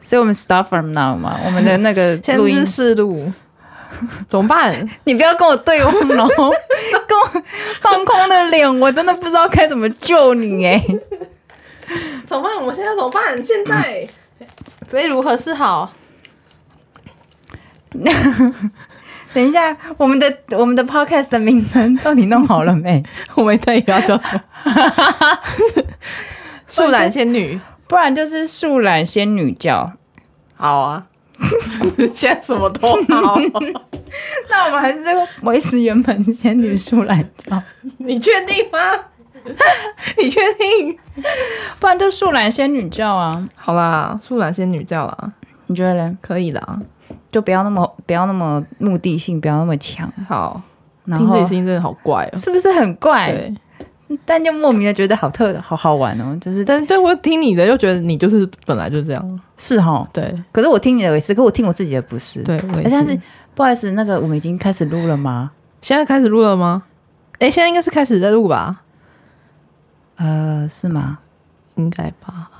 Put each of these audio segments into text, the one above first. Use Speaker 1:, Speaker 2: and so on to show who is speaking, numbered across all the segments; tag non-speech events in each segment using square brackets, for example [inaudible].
Speaker 1: 所以我们 start from now 嘛，我们的那 [laughs] 个
Speaker 2: 先
Speaker 1: 录音
Speaker 2: 知，试录， [laughs] 怎么办？
Speaker 1: 你不要跟我对望哦，跟我放空的脸，我真的不知道该怎么救你 [laughs] 哎。
Speaker 2: 怎么办？我现在怎么办？现在该如何是好？
Speaker 1: 等一下，我们的我们的 podcast 的名称到底弄好了 [laughs] 没？
Speaker 2: 我们也要叫什么？树懒仙女，
Speaker 1: 不然就是树懒仙女教。
Speaker 2: 好啊！ [laughs] 现在什么都 [laughs] 好，
Speaker 1: [laughs] 那我们还是维持原本仙女树懒教，
Speaker 2: 你确定吗？ [laughs] 你确定？
Speaker 1: 不然就树懒仙女教啊。
Speaker 2: 好啦，树懒仙女叫啦，
Speaker 1: 你觉得呢？
Speaker 2: 可以啦。
Speaker 1: 就不要那么不要那么目的性，不要那么强，
Speaker 2: 好，
Speaker 1: 然
Speaker 2: 听自
Speaker 1: 后
Speaker 2: 己声音真的好怪哦、
Speaker 1: 是不是很怪？
Speaker 2: 对，
Speaker 1: 但就莫名的觉得好特好好玩哦，就是
Speaker 2: 但是对我听你的，又觉得你就是本来就这样。
Speaker 1: 是哈。
Speaker 2: 对
Speaker 1: 可是我听你的也是，可我听我自己的不是。，
Speaker 2: 对，我
Speaker 1: 而且
Speaker 2: 也
Speaker 1: 是不好意思，那个我们已经开始录了吗？
Speaker 2: 现在开始录了吗？哎、现在应该是开始在录吧？
Speaker 1: 呃，是吗？
Speaker 2: 应该吧。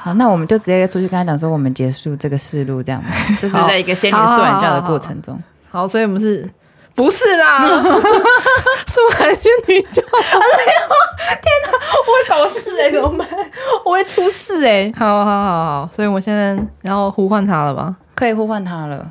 Speaker 1: 好，那我们就直接出去跟他讲说，我们结束这个试录，这样 [laughs] 吗？就是
Speaker 2: 好
Speaker 1: 在一个仙女
Speaker 2: 好好
Speaker 1: 素然教
Speaker 2: 好
Speaker 1: 的
Speaker 2: 好
Speaker 1: 过
Speaker 2: 好
Speaker 1: 程中，
Speaker 2: 好，所以我们是不是啦？是完全女教。 [laughs]
Speaker 1: 我会搞事哎、怎么办？ [laughs] 我会出事哎、
Speaker 2: 好好好好，所以我们现在然后呼唤他了吧？
Speaker 1: 可以呼唤他了。